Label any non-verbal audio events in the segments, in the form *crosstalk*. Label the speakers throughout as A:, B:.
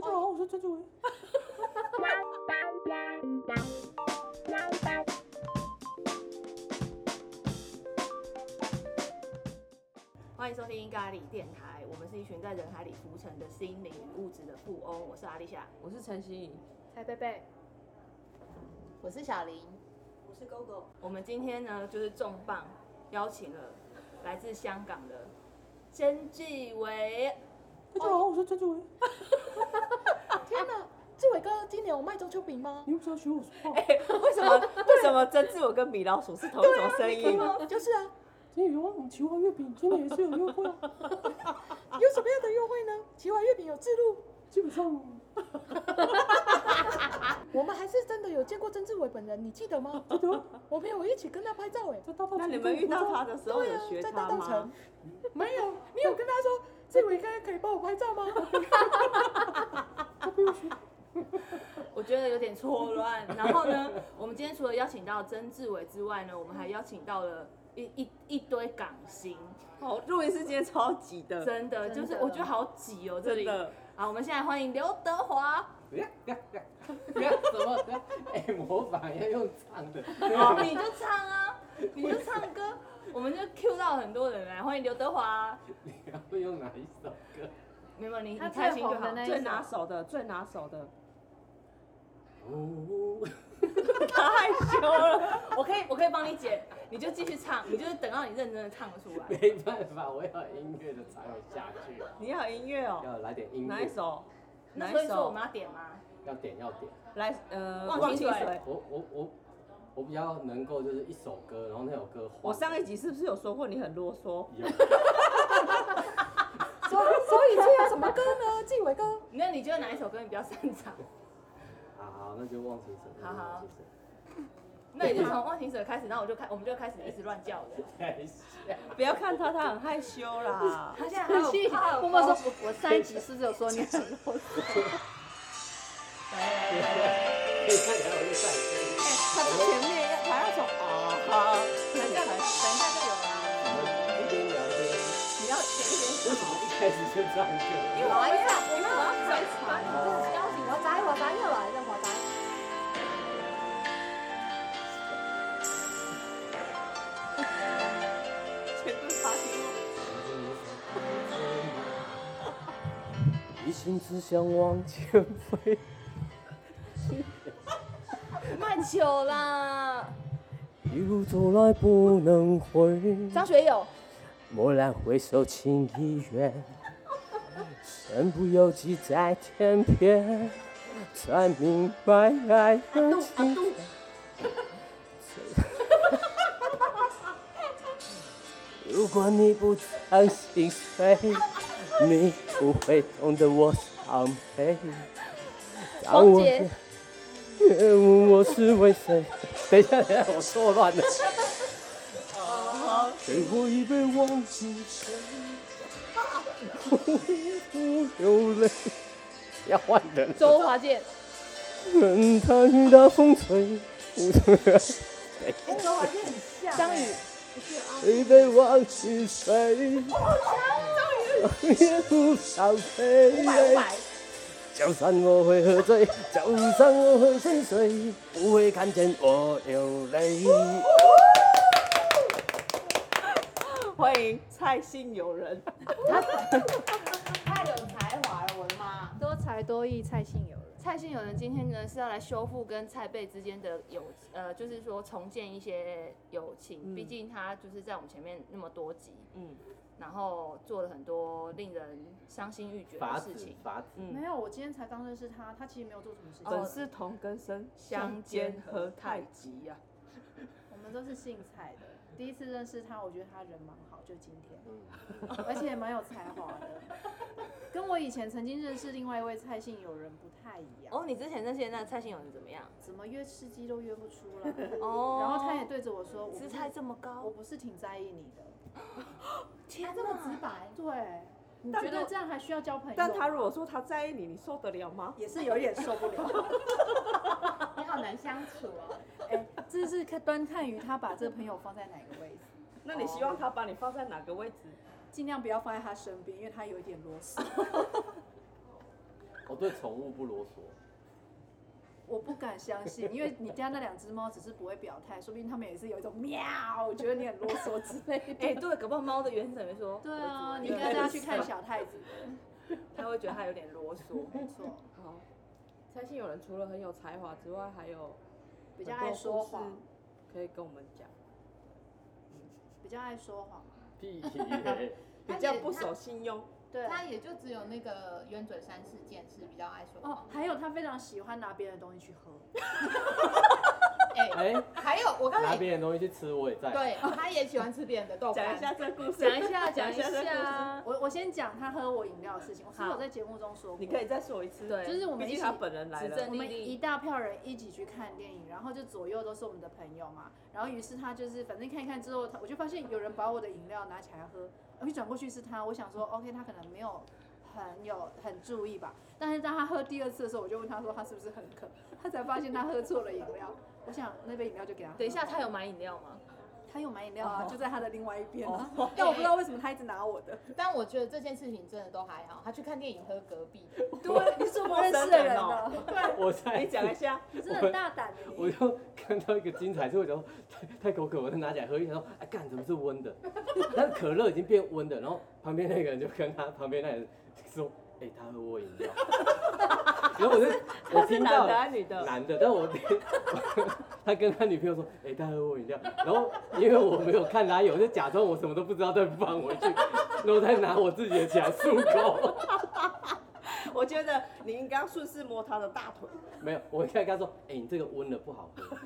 A: 是珍珠。
B: 欢迎收听咖喱电台，我们是一群在人海里浮沉的心灵与物质的富翁。我是阿丽夏，
A: 我是陈心怡，
C: 蔡贝贝，
D: 我是小林，
E: 我是 GoGo。
B: 我们今天呢就是重磅邀请了来自香港的曾纪伟。 *laughs*
A: 大家好，我是曾志伟。
D: 天哪，志伟哥，今年有卖中秋饼吗？
A: 你们不是要学我说话？
F: 为什么为什么曾志伟跟米老鼠是同一种声音？
D: 就是啊，
A: 今天有啊，我们奇幻月饼今年也是有优惠啊，
F: *laughs*
D: 有什么样的优惠呢？奇幻月饼有自录，
A: 基本上
D: 我们还是真的有见过曾志伟本人，你记得吗？
A: 记得啊
D: 我朋友一起跟他拍照哎。
A: 在大道
F: 那
A: 城
F: 你们遇到他的时候
D: 对
F: 有
D: 啊，
F: 学
D: 在
F: 他
D: 大道城
F: 吗？，
D: 没有，你有跟他说志伟哥可以帮我拍照吗？
A: 他不用学，
B: 我觉得有点错乱。然后呢， *laughs* 我们今天除了邀请到曾志伟之外呢，我们还邀请到了一一一堆港星，
F: 好，哦录音室今天超级的，
B: 真的就是
C: 真的
B: 我觉得好挤哦，这
F: 真
B: 里。
F: 的。
B: 好，我们现在欢迎刘德华。
G: 不要不要不要不要什么？不
F: *laughs*
G: 要哎、模仿要用唱的。
B: 哦你就唱啊，你就唱歌，我们就 Q 到很多人来，欢迎刘德华啊。
G: 你要会用哪一首歌？
B: 没有你，你
C: 他
B: 开
C: 最
B: 心就
C: 红的
B: 好。
C: 那一
F: 最
C: 首
F: 拿手的，最拿
D: *laughs*
F: 手的， *laughs*
G: 哦，
F: 他害羞了。
B: 我可以，我可以帮你剪，你就继续唱，你就是等到你认真的唱得出来。
G: 没办法，我要音乐的才有下去。
F: 你要音乐哦，
G: 要来点音乐。
F: 哪一？首？
B: 那
F: 哪
B: 所
F: 一
B: 以说我
F: 首
B: 们？要点吗？
G: 要点要点。
F: 来，呃，
B: 忘情水
F: 水。
G: 我我我我比较能够就是一首歌，然后那首歌换。
F: 我上一集是不是有说过你很啰
G: *laughs*
F: 嗦？
G: 有。
D: 所所以这有什么歌呢？志伟哥，
B: 那你觉得哪一首歌你比较擅
F: *laughs*
B: 长？
G: 好好，那就忘情水。那就忘情 *laughs* 水。
B: 那你就从忘情水开始，然后我就开，我们就开始一直乱叫人。
G: 太像
F: 不要看他，他很害羞
B: *laughs*
F: 啦。
B: 他现在还
C: 很
B: 有，他还有
C: 默默说，我上一集是不是有说你很啰嗦？
G: 等一下等一下我就再
F: 哎他在前面要，他要从啊哈，等一下，等一下就有啦。
G: 一边聊天，
F: 你要前一
G: 为什么一开始就唱歌？
B: 因为哎我要唱，因为我要开始把你这个邀请
D: 华仔，华仔又来了，华仔。
F: 边，前面发给我。
G: *laughs* 一心只想往前飞。
B: 卖球啦。
G: 一路走来不能回，
D: 张学友，
G: 蓦然回首，情已远。身不由己在天边，才明白爱恨情。 *laughs* 如果你不曾心碎，你不会懂得我伤悲。当我
C: 王杰
G: 问我是为谁？等一下，等一下，我错乱了。给我一杯忘情水，我不流泪。要换人了。
C: 周华健，
G: *laughs*
H: 哎
G: 任它雨打风吹，无所谓。
C: 张宇，
G: 一杯忘情水，也不伤悲。就算我会喝醉，就算我会心碎，不会看见我流泪。
F: 欢迎蔡姓友人，
D: 太有才华了，我的妈！
C: 多才多艺，蔡姓友人。
B: 蔡姓友人今天呢是要来修复跟蔡贝之间的友，呃，就是说重建一些友情。
F: 嗯
B: 毕竟他就是在我们前面那么多集，
F: 嗯
B: 然后做了很多令人伤心欲绝的事情。
G: 法子，
F: 嗯
C: 没，有，我今天才刚认识他，他其实没有做什么事情。
F: 本是同根生，相煎何太急呀、
C: 我们都是姓蔡的，第一次认识他，我觉得他人蛮好，就今天，而且蛮有才华的，跟我以前曾经认识另外一位蔡姓友人不太一样。
B: 哦，你之前认识的那个蔡姓友人怎么样？
C: 怎么约吃鸡都约不出来，
B: 哦，
C: 然后他也对着我说：“我
B: 姿
C: 不
B: 态
C: 是，
B: 这么
C: 我
B: 高，
C: 不是挺在意你的。
B: 天
D: 这么直白，”
C: 对，你
F: 但
C: 觉得
F: 他
C: 这样还需要交朋友？
F: 但他如果说他在意你，你受得了
C: 哦
F: 吗？
D: 也是有点受不了。
E: *laughs* 你好难相处哦。
C: 哎，这是看端看于他把这个朋友放在哪个位置，
F: 那你希望他把你放在哪个位置？
C: 尽量不要放在他身边，因为他有一点啰嗦。
G: 我对宠物不啰嗦，
C: *laughs* 我不敢相信，因为你家那两只猫只是不会表态，说不定它们也是有一种喵，我觉得你很啰嗦之类的。 *laughs*
B: 哎、对，搞不好猫的原神没说。
C: 对啊，
B: 我
C: 你
B: 只
C: 应
B: 玩
C: 该带它去看小太子的，
B: 他会觉得他有点啰嗦。
C: 没错，
F: 好，蔡信有人除了很有才华之外，还有
C: 比较爱说谎，，
F: 可以跟我们讲，
C: 比较爱说谎，
G: 屁耶！
F: 比较不守信用。
C: 对。
H: 他也就只有那个冤嘴山事件是比较爱说
C: 哦
H: 谎，。
C: 还有他非常喜欢拿别人的东西去喝，
H: 哎，
G: 哎，
H: 还有我刚
G: 拿
H: 才
G: 别人东西去吃，我也在。
H: 对，他也喜欢吃别人的豆
F: 讲
H: 干
F: 一。下这故
B: *laughs*
F: 事，
B: 讲一下，讲
F: 讲一
B: 一
F: 下这故
B: 下。
C: 我我先讲他喝我饮料的事情，我是
B: 好
C: 我在节目中说过，
F: 你可以再说一次。
B: 对
C: 就是我们
F: 毕
C: 一
F: 竟
C: 起
F: 他本人来
B: 指
F: 了 *laughs*
B: 正，
C: 我们
B: 丽丽
C: 一大票人一起去看电影，然后就左右都是我们的朋友嘛。然后于是他就是反正看一看之后，他我就发现有人把我的饮料拿起来喝，我就转过去是他，我想说 OK，他可能没有很有很注意吧。但是当他喝第二次的时候，我就问他说他是不是很渴，他才发现他喝错了饮料。我想那杯饮料就给他。
B: 等一下，，他有买饮料吗？
C: 他有买饮料啊，
F: 哦
C: 就在他的另外一边啊。
F: 哦
C: 但我不知道为什么他一直拿我的，
H: 但我觉得这件事情真的都还好。他去看电影喝隔
B: *laughs*
H: 壁的，
F: 对，你是
C: 不认识的人
F: 哦。
C: 呢，
G: *laughs* 我在。
F: 你讲一下，
C: 你真的很大胆的
G: 我
C: 你。
G: 就看到一个精彩，所以我想说 *laughs* 太太口渴，我就拿起来喝一想说，哎，干怎么是温的？ *laughs* 但可乐已经变温的，然后旁边那个人就跟他旁边那个人说，哎、他喝我饮料。 *laughs* 然后我就我
F: 他是
G: 听
F: 男
G: 到
F: 的还是女的？
G: 男的，但我 *laughs* 他跟他女朋友说，哎、他喝我饮料。然后因为我没有看他有，我就假装我什么都不知道，再放回去，然后再拿我自己的起来漱口。 *laughs*
F: 我觉得你应该要顺势摸他的大腿。
G: 没有，我现在跟他说，哎、你这个温的不好
F: *laughs*
G: 喝，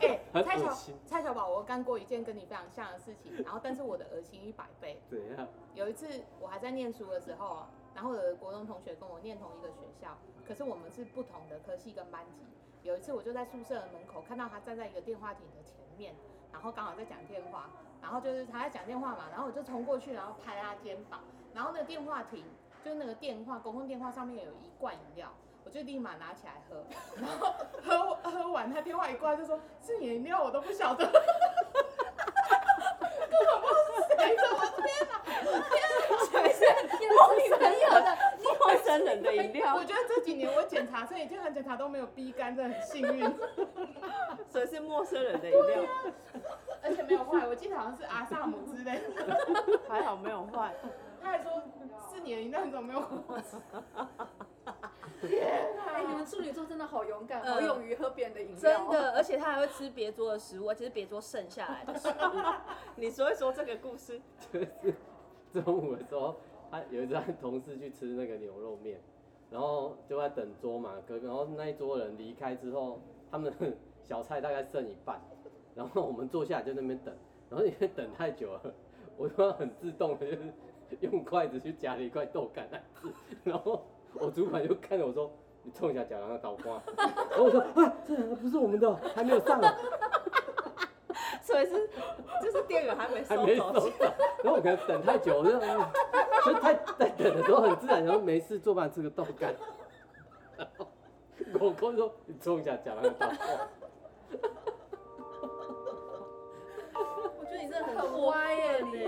H: 哎、
G: 很
H: 蔡
G: 恶
H: 小
G: 心
H: 蔡小宝，我干过一件跟你非常像的事情，然后但是我的恶心一百倍。
G: 怎样？
H: 有一次我还在念书的时候啊，然后我的国中同学跟我念同一个学校，可是我们是不同的科系跟班级。有一次我就在宿舍的门口看到他站在一个电话亭的前面，然后刚好在讲电话，然后就是他在讲电话嘛，然后我就冲过去，然后拍他肩膀，然后那个电话亭就是那个电话公共电话上面有一罐饮料。我就立马拿起来喝，然后喝喝完，他电话一挂就说：“是你的饮料，我都不晓得，根本不是谁的。”我天哪！
F: 讲一下，摸你朋友的，陌生人的饮料
H: 我，觉得这几年我检查身体健康检查都没有逼肝，真的很幸运，
F: 所以是陌生人的饮料，
H: 而且没有坏。我记得好像是阿萨姆之类的，
F: *laughs* 还好没有坏。
H: 他还说是你的饮料，你怎么没有坏？
C: 哎，你们处女座真的好勇敢，
B: 嗯
C: 好勇于喝别人的饮料。哦
B: 真的，而且他还会吃别桌的食物，而且是别桌剩下来的食物。 *laughs*
F: 你说一说这个故事，
G: 就是 *laughs* 中午的时候，他有一次他同事去吃那个牛肉面，然后就在等桌嘛，隔壁，然后那一桌人离开之后，他们 *laughs* 小菜大概剩一半，然后我们坐下来就在那边等，然后因为等太久了，我突然很自动的就是 *laughs* 用筷子去夹了一块豆干来吃，然后我主管就看着我说。你冲一下脚，让他倒光。然后我说啊，这两个不是我们的，还没有上啊，
F: 所以是 *laughs* 就是店员还
G: *laughs*
F: 没
G: 还
F: 收
G: 没收
F: 走。
G: 到。然后我可能等太久，我就嗯就太在等的时候很自然，然后没事做饭吃个豆干。然后狗狗说：“你冲一下脚，让它倒过。
B: 我觉得你真的很
C: 很歪耶你。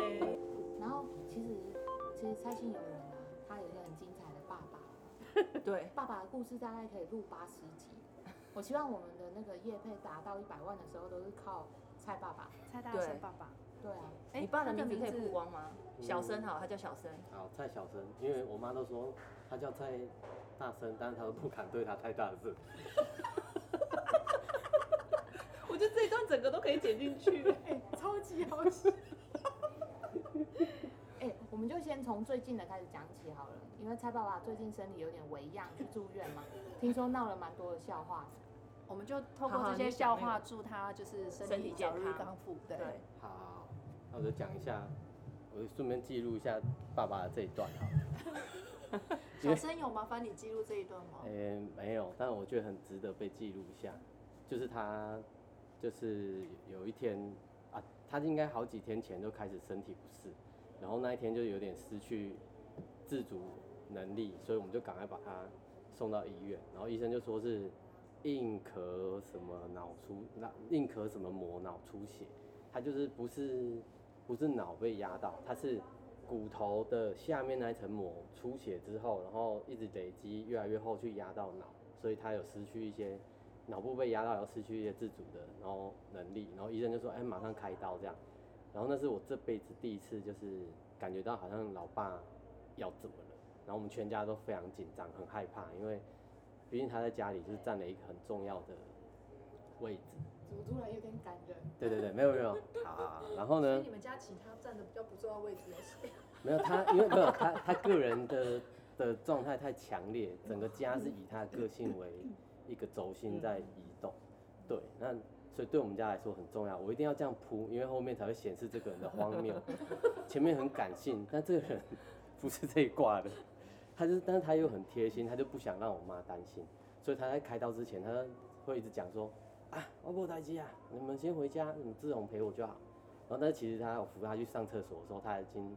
H: 然后其实其实蔡信有人啊，他有一个很精彩的爸爸，
F: 对，
H: 爸爸的故事大概可以录八十集。我希望我们的那个业配达到一百万的时候，都是靠蔡爸爸。
C: 蔡大
B: 对
C: 神爸爸。
H: 对啊，
C: 哎
B: 你爸的
C: 他
B: 名字可以曝
C: 字
B: 光吗？小生好，他叫小生。”
G: 好，蔡小生，因为我妈都说她叫蔡大声，但是她都不敢对她太大声。
F: 我觉得这一段整个都可以剪进去。
H: 超级好笑。哎、我们就先从最近的开始讲起好了，因为蔡爸爸最近身体有点微恙，去住院嘛，听说闹了蛮多的笑话。
C: 我们就透
B: 好
C: 过
B: 好
C: 这些
B: 你
C: 笑
B: 讲那
C: 话，
B: 个
C: 祝他就是
B: 身
C: 身
B: 体
C: 体
B: 健
C: 早日
B: 康
C: 康复。对，
B: 对，
G: 好，那我就讲一下，我就顺便记录一下爸爸的这一段好了。因
C: 小
G: 为
C: 生有麻烦你记录这一段吗？
G: 诶、没有，但我觉得很值得被记录一下。就是他，就是有一天啊，他应该好几天前就开始身体不适，然后那一天就有点失去自主能力，所以我们就赶快把他送到医院，然后医生就说是硬壳什么脑出，那硬壳什么膜脑出血，他就是不是不是脑被压到，他是骨骨头的下面那一层膜出血之后，然后一直累积，越来越厚去压到脑，所以他有失去一些脑部被压到，有失去一些自主的然后能力，然后医生就说，哎，马上开刀这样。然后那是我这辈子第一次，就是感觉到好像老爸要怎么了，然后我们全家都非常紧张，很害怕，因为毕竟他在家里就是占了一个很重要的位置。
H: 怎么突然有点感人？
G: 对对对，没有没有，好好好。然后呢？
D: 你们家其他站的比较不重要位置的是，
G: 没有他，因为没有他，他个人的的状态太强烈，整个家是以他的个性为一个轴心在移动。对，那所以对我们家来说很重要，我一定要这样铺，因为后面才会显示这个人的荒谬。前面很感性，但这个人不是这一挂的，他就是，但是他又很贴心，他就不想让我妈担心，所以他在开刀之前，他会一直讲说啊，我不待机啊，你们先回家，你们志宏陪我就好。然后，但是其实他我扶他去上厕所的时候，他已经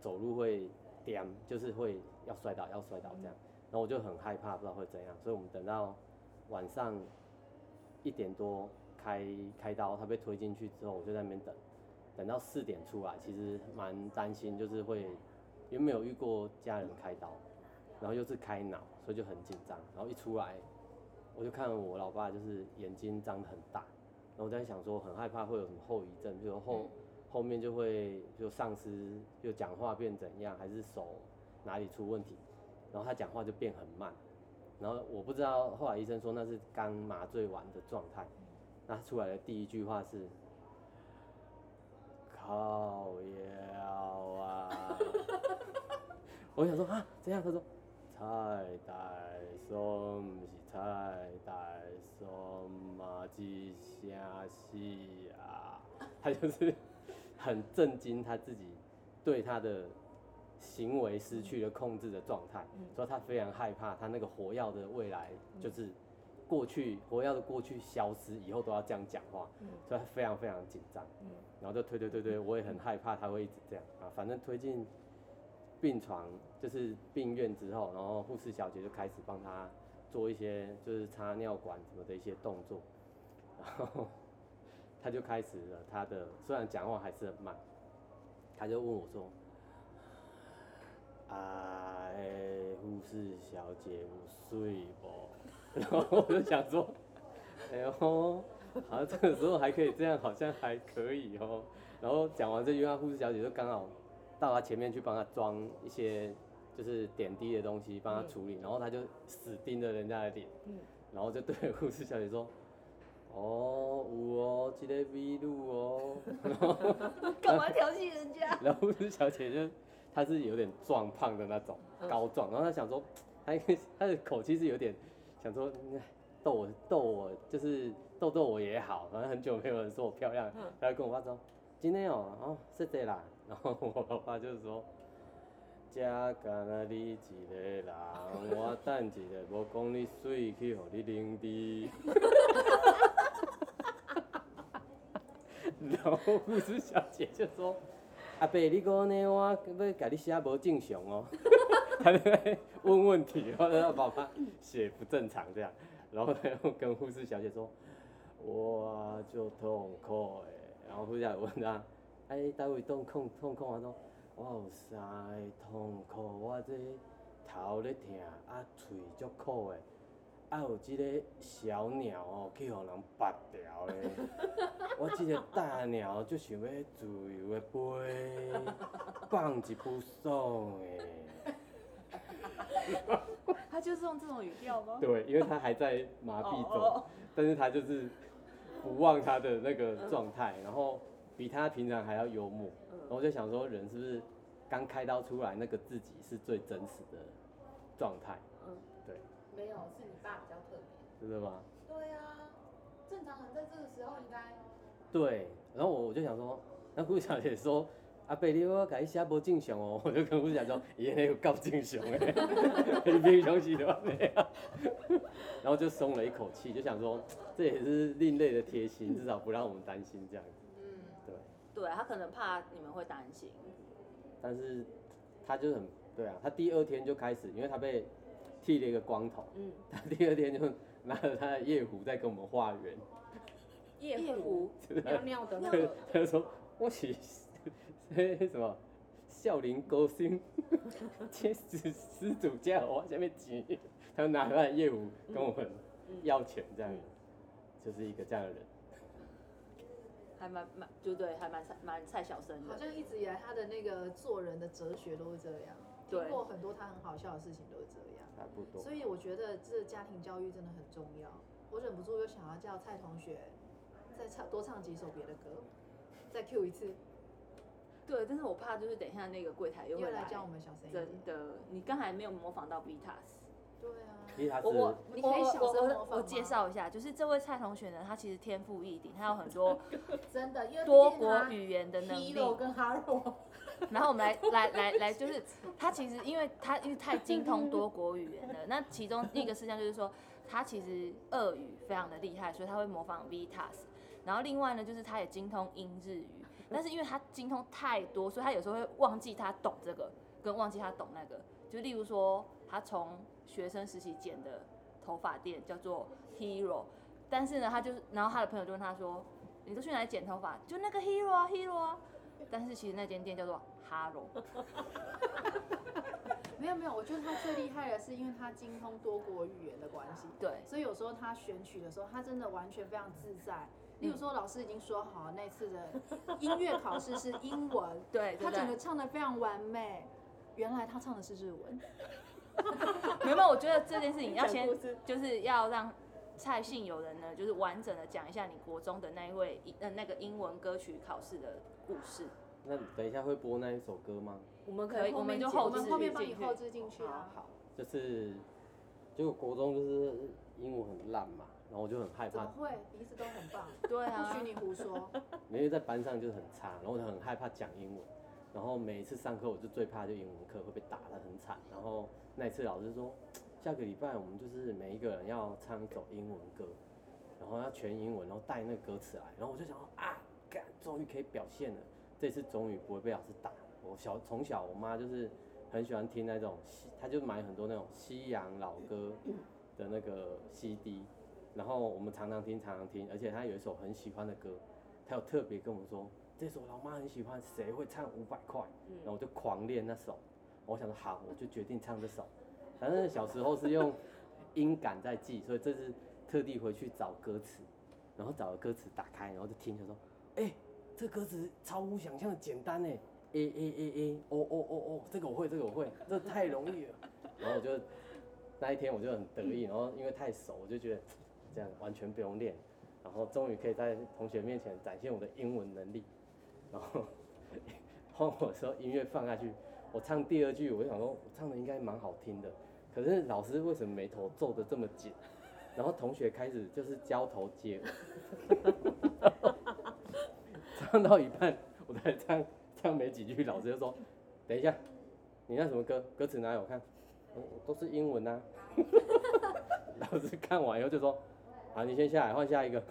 G: 走路会颠，就是会要摔倒，要摔倒这样。然后我就很害怕，不知道会怎样，所以我们等到晚上一点多开开刀，他被推进去之后，我就在那边等，等到四点出来，其实蛮担心，就是会因为没有遇过家人开刀，然后又是开脑，所以就很紧张。然后一出来，我就看我老爸就是眼睛张得很大，然后我在想说很害怕会有什么后遗症，比如后。后面就会就丧失，就讲话变怎样，还是手哪里出问题，然后他讲话就变很慢，然后我不知道，后来医生说那是刚麻醉完的状态，那他出来的第一句话是，靠腰啊， *laughs* 我想说啊怎样？他说菜大松是菜大松嘛，几下戏啊， *laughs* 他就是。很震惊他自己对他的行为失去了控制的状态，所以他非常害怕他那个火药的未来就是过去火药的过去消失，以后都要这样讲话，所以他非常非常紧张，然后就推推推推，我也很害怕他会一直这样啊，反正推进病床就是病院之后，然后护士小姐就开始帮他做一些就是插尿管什么的一些动作，然后。他就开始了他的，虽然讲话还是很慢，他就问我说：“哎，护士小姐，我睡不？” *laughs* 然后我就想说：“哎呦， *laughs* 好像这个时候还可以这样，好像还可以哦。”然后讲完这句话，护士小姐就刚好到他前面去帮他装一些就是点滴的东西，帮他处理，然后他就死盯着人家的脸， *laughs* 然后就对护士小姐说。哦，有哦，这个美女哦，
B: *laughs* 干嘛调戏人家？
G: *laughs* 然后护士小姐就她是有点壮胖的那种，高壮，然后她想说，她应该她的口气是有点想说嗯逗我逗我，就是逗逗我也好，反正很久没有人说我漂亮，她就跟我爸说，今天哦，哦是的啦，然后我老爸就说。哦家干那你一个人，我等一下，无讲你水去互你淋滴。 *laughs* 然后护士小姐就说：“阿伯，你讲呢，我要给你写无正常哦。” *laughs* 他就会问问题，然后让爸爸写不正常这样，然后他又跟护士小姐说：“哇，就痛苦诶。”然后护士小姐问他：“哎，待会痛痛痛苦啊？”说：“我有三个痛苦，我这头咧疼，啊喙足苦诶，啊有即个小鸟哦去互人拔掉诶。”我即个大鸟就想要自由的飞，放一不爽的。
C: 他就是用这种语调吗？
G: 对，因为他还在麻痹中，但是他就是不忘他的那个状态，然后比他平常还要幽默。然后我就想说，人是不是刚开刀出来那个自己是最真实的状态？
H: 没有，是你爸比较特别。
G: 真的吗？
H: 对啊，正常人在这个时候应该
G: 对，然后我我就想说，那顾小姐说。阿伯，你我改写无正常哦，我 *laughs* 就跟顾小姐说，伊那有够正常诶，伊 *laughs* 平常时都安尼啊， *laughs* 然后就松了一口气，就想说这也是另类的贴心，至少不让我们担心这样子。
D: 嗯
G: 对，
B: 对他可能怕你们会担心，
G: 但是他就很对啊，他第二天就开始，因为他被剃了一个光头，
B: 嗯，
G: 他 *laughs* 第二天就拿着他的夜壶在跟我们化
B: *laughs*
G: 缘，
B: 夜壶
H: 尿尿的那
G: 对
H: 个，
G: 他就说我是 *laughs* 嘿嘿什么少林高 *laughs* 僧，天使施主叫我下面请，他就拿他的业务跟我们要钱这样，就是一个这样的人。
B: 还蛮蛮就对，还蛮蔡蛮蔡小生
D: 好
B: 的，
D: 像一直以来他的那个做人的哲学都是这样，
B: 对
D: 听过很多他很好笑的事情都是这样，
G: 差不多
D: 所。以我觉得这家庭教育真的很重要。我忍不住又想要叫蔡同学再唱多唱几首别的歌，再 Q 一次，
B: 对，但是我怕就是等一下那个柜台又
D: 又
B: 会
D: 来教我们小声一点
B: 真。的，你刚才没有模仿到 Vitas。
D: 对啊，
G: 因为他是
B: 我我
D: 你
B: 我
D: 可以
B: 我
D: 小
B: 我
D: 声模
B: 我
D: 仿
B: 我
D: 吗
B: 介绍一下，就是这位蔡同学呢，他其实天赋异禀，他有很 *laughs* 多
H: 真的，因为
B: 多国语言的能
H: 肌
B: 力。
H: 肉跟哈肉，
B: 然后我们来来来来，就是他其实因为他因为太精通多国语言了，那其中一个事项就是说，他其实俄语非常的厉害，所以他会模仿 Vitas。然后另外呢，就是他也精通英日语，但是因为他精通太多，所以他有时候会忘记他懂这个，跟忘记他懂那个。就例如说，他从学生时期剪的头发店叫做 Hero，但是呢，他就是，然后他的朋友就问他说：“你都去哪里剪头发？”就那个 Hero 啊，Hero 啊。但是其实那间店叫做 *laughs* Haro，
C: 没有没有，我觉得他最厉害的是因为他精通多国语言的关系，
B: 对
C: 所以有时候他选曲的时候，他真的完全非常自在。例
B: 嗯
C: 如说，老师已经说好那次的音乐考试是英文，
B: *laughs* 对，
C: 他
B: 对
C: 整个
B: 对。
C: 唱的非常完美。原来他唱的是日文，
B: 没有，没有我觉得这件事情 *laughs* 要先
F: 讲故事
B: 就是要让蔡姓友人呢，就是完整的讲一下你国中的那一位呃那个英文歌曲考试的故事。
G: 那等一下会播那一首歌吗？
B: 我们可以，
C: 后
B: 我们
C: 面
B: 就
C: 剪
B: 后
C: 我们
B: 置
C: 后面帮
B: 进
C: 你
B: 去
C: 后置进去啊。
F: 好，
G: 就是，就国中就是英文很烂嘛，然后我就很害
C: 怎么
G: 怕，
C: 会？你一直都很棒，
B: 对
C: 不
B: 啊
C: 许，你胡说。
G: 因为在班上就是很差，然后我就很害怕讲英文，然后每一次上课我就最怕就英文课会被打得很惨，然后那一次老师说，下个礼拜我们就是每一个人要唱一首英文歌，然后要全英文，然后带那个歌词来，然后我就想说啊，干，终于可以表现了，这次终于不会被老师打。我小从小我妈就是很喜欢听那种西，她就买很多那种西洋老歌的那个 CD，然后我们常常听，常常听，而且她有一首很喜欢的歌，她有特别跟我说这首老妈很喜欢，谁会唱五百块？然后我就狂练那首，我想说好，我就决定唱这首。反正小时候是用音感在记，所以这次特地回去找歌词，然后找了歌词打开，然后就听，想说，哎、这歌词超乎想象的简单哎，a a a a，哦哦哦哦，这个我会，这个我会，这太容易了。然后我就那一天我就很得意，然后因为太熟，我就觉得这样完全不用练，然后终于可以在同学面前展现我的英文能力。然后 *laughs* 换我的时候，音乐放下去，我唱第二句，我就想说，我唱的应该蛮好听的，可是老师为什么眉头皱得这么紧？然后同学开始就是交头接耳， *laughs* 唱到一半，我才唱唱没几句，老师就说：“等一下，你那什么歌？歌词拿来我看。嗯”都是英文啊。 *laughs* 老师看完以后就说：“啊，你先下来，换下一个。”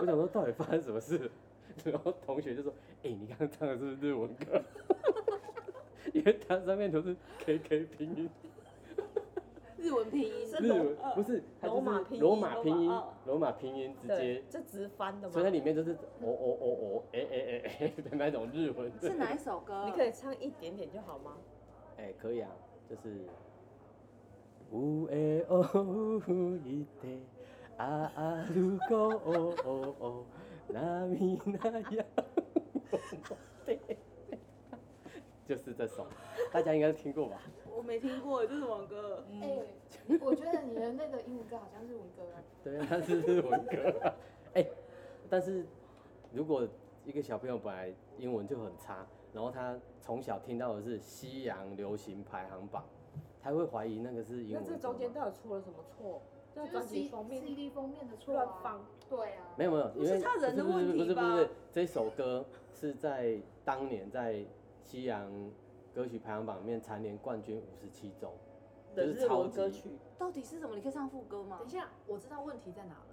G: 我想说到底发生什么事 *laughs* 了？然后同学就说：“哎、你刚刚唱的是不是日文歌？” *laughs* 因为它上面都是 KK 拼音。
B: 日文拼音
F: 是
G: 日
F: 罗
G: 文
F: 呃
G: 不是，它
F: 罗
G: 就
F: 马
G: 是
F: 拼音
G: 罗马
F: 罗
G: 拼音
F: 马哦，
G: 罗马拼音直接
F: 对，，就直翻的嘛
G: 所以。它里面就是哦哦哦哦，哎哎哎 *laughs* 哎的那种日文。
B: *laughs* 是哪一首歌？
F: 你可以唱一点点就好吗？
G: 哎，可以啊，就是。呜诶哦呜一得，啊啊如果哦哦哦，那咪那呀，对，就是这首，大家应该听过吧？
F: 我没听过，这是什么歌？
H: 哎、我觉得你的那个英文歌好像日文歌啊，
G: 对啊，它是日文歌、啊。哎、但是如果一个小朋友本来英文就很差，然后他从小听到的是西洋流行排行榜，他会怀疑那个是英
F: 那
G: 文
F: 这
G: 歌
F: 中间
G: 吗。
F: 到底出了什么错？这
C: 就是
F: 专辑
C: C
F: 封面
C: CD 封面的错
F: 乱
C: 啊。
F: 放，
H: 对啊，
G: 没有没有，因
F: 是
G: 为
F: 他人的
G: 不是
F: 问题
G: 不是不是
F: 吧
G: 不是，这首歌是在当年在西洋歌曲排行榜里面蝉联冠军五十七周，
F: 的
G: 就是
F: 日
G: 超
F: 文歌
G: 级
F: 曲。
B: 到底是什么？你可以唱副歌吗
C: 等一？下，我知道问题在哪了。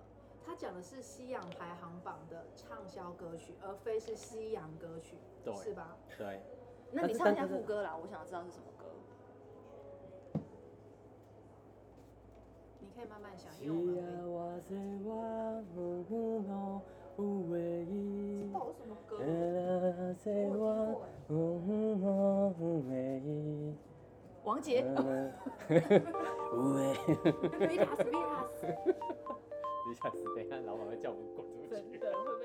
C: 他讲的是西洋排行榜的畅销歌曲，而非是西洋歌曲，
G: 对
C: 是吧？
G: 对，
B: 那你
G: 但是
B: 唱一下
G: 但是
B: 副歌啦，我想知道是什么歌。
C: 你可以慢慢想，因为我们没
G: 幸せは僕の有的伊。
F: 到底是什么歌？
G: 呃，在我梦梦的伊。
I: 王杰，
G: 有的。
F: *laughs*
G: *laughs*
F: 维塔斯维塔斯。
C: *laughs* 你下次等一下老板会叫我们滚出去。
B: 真的会被。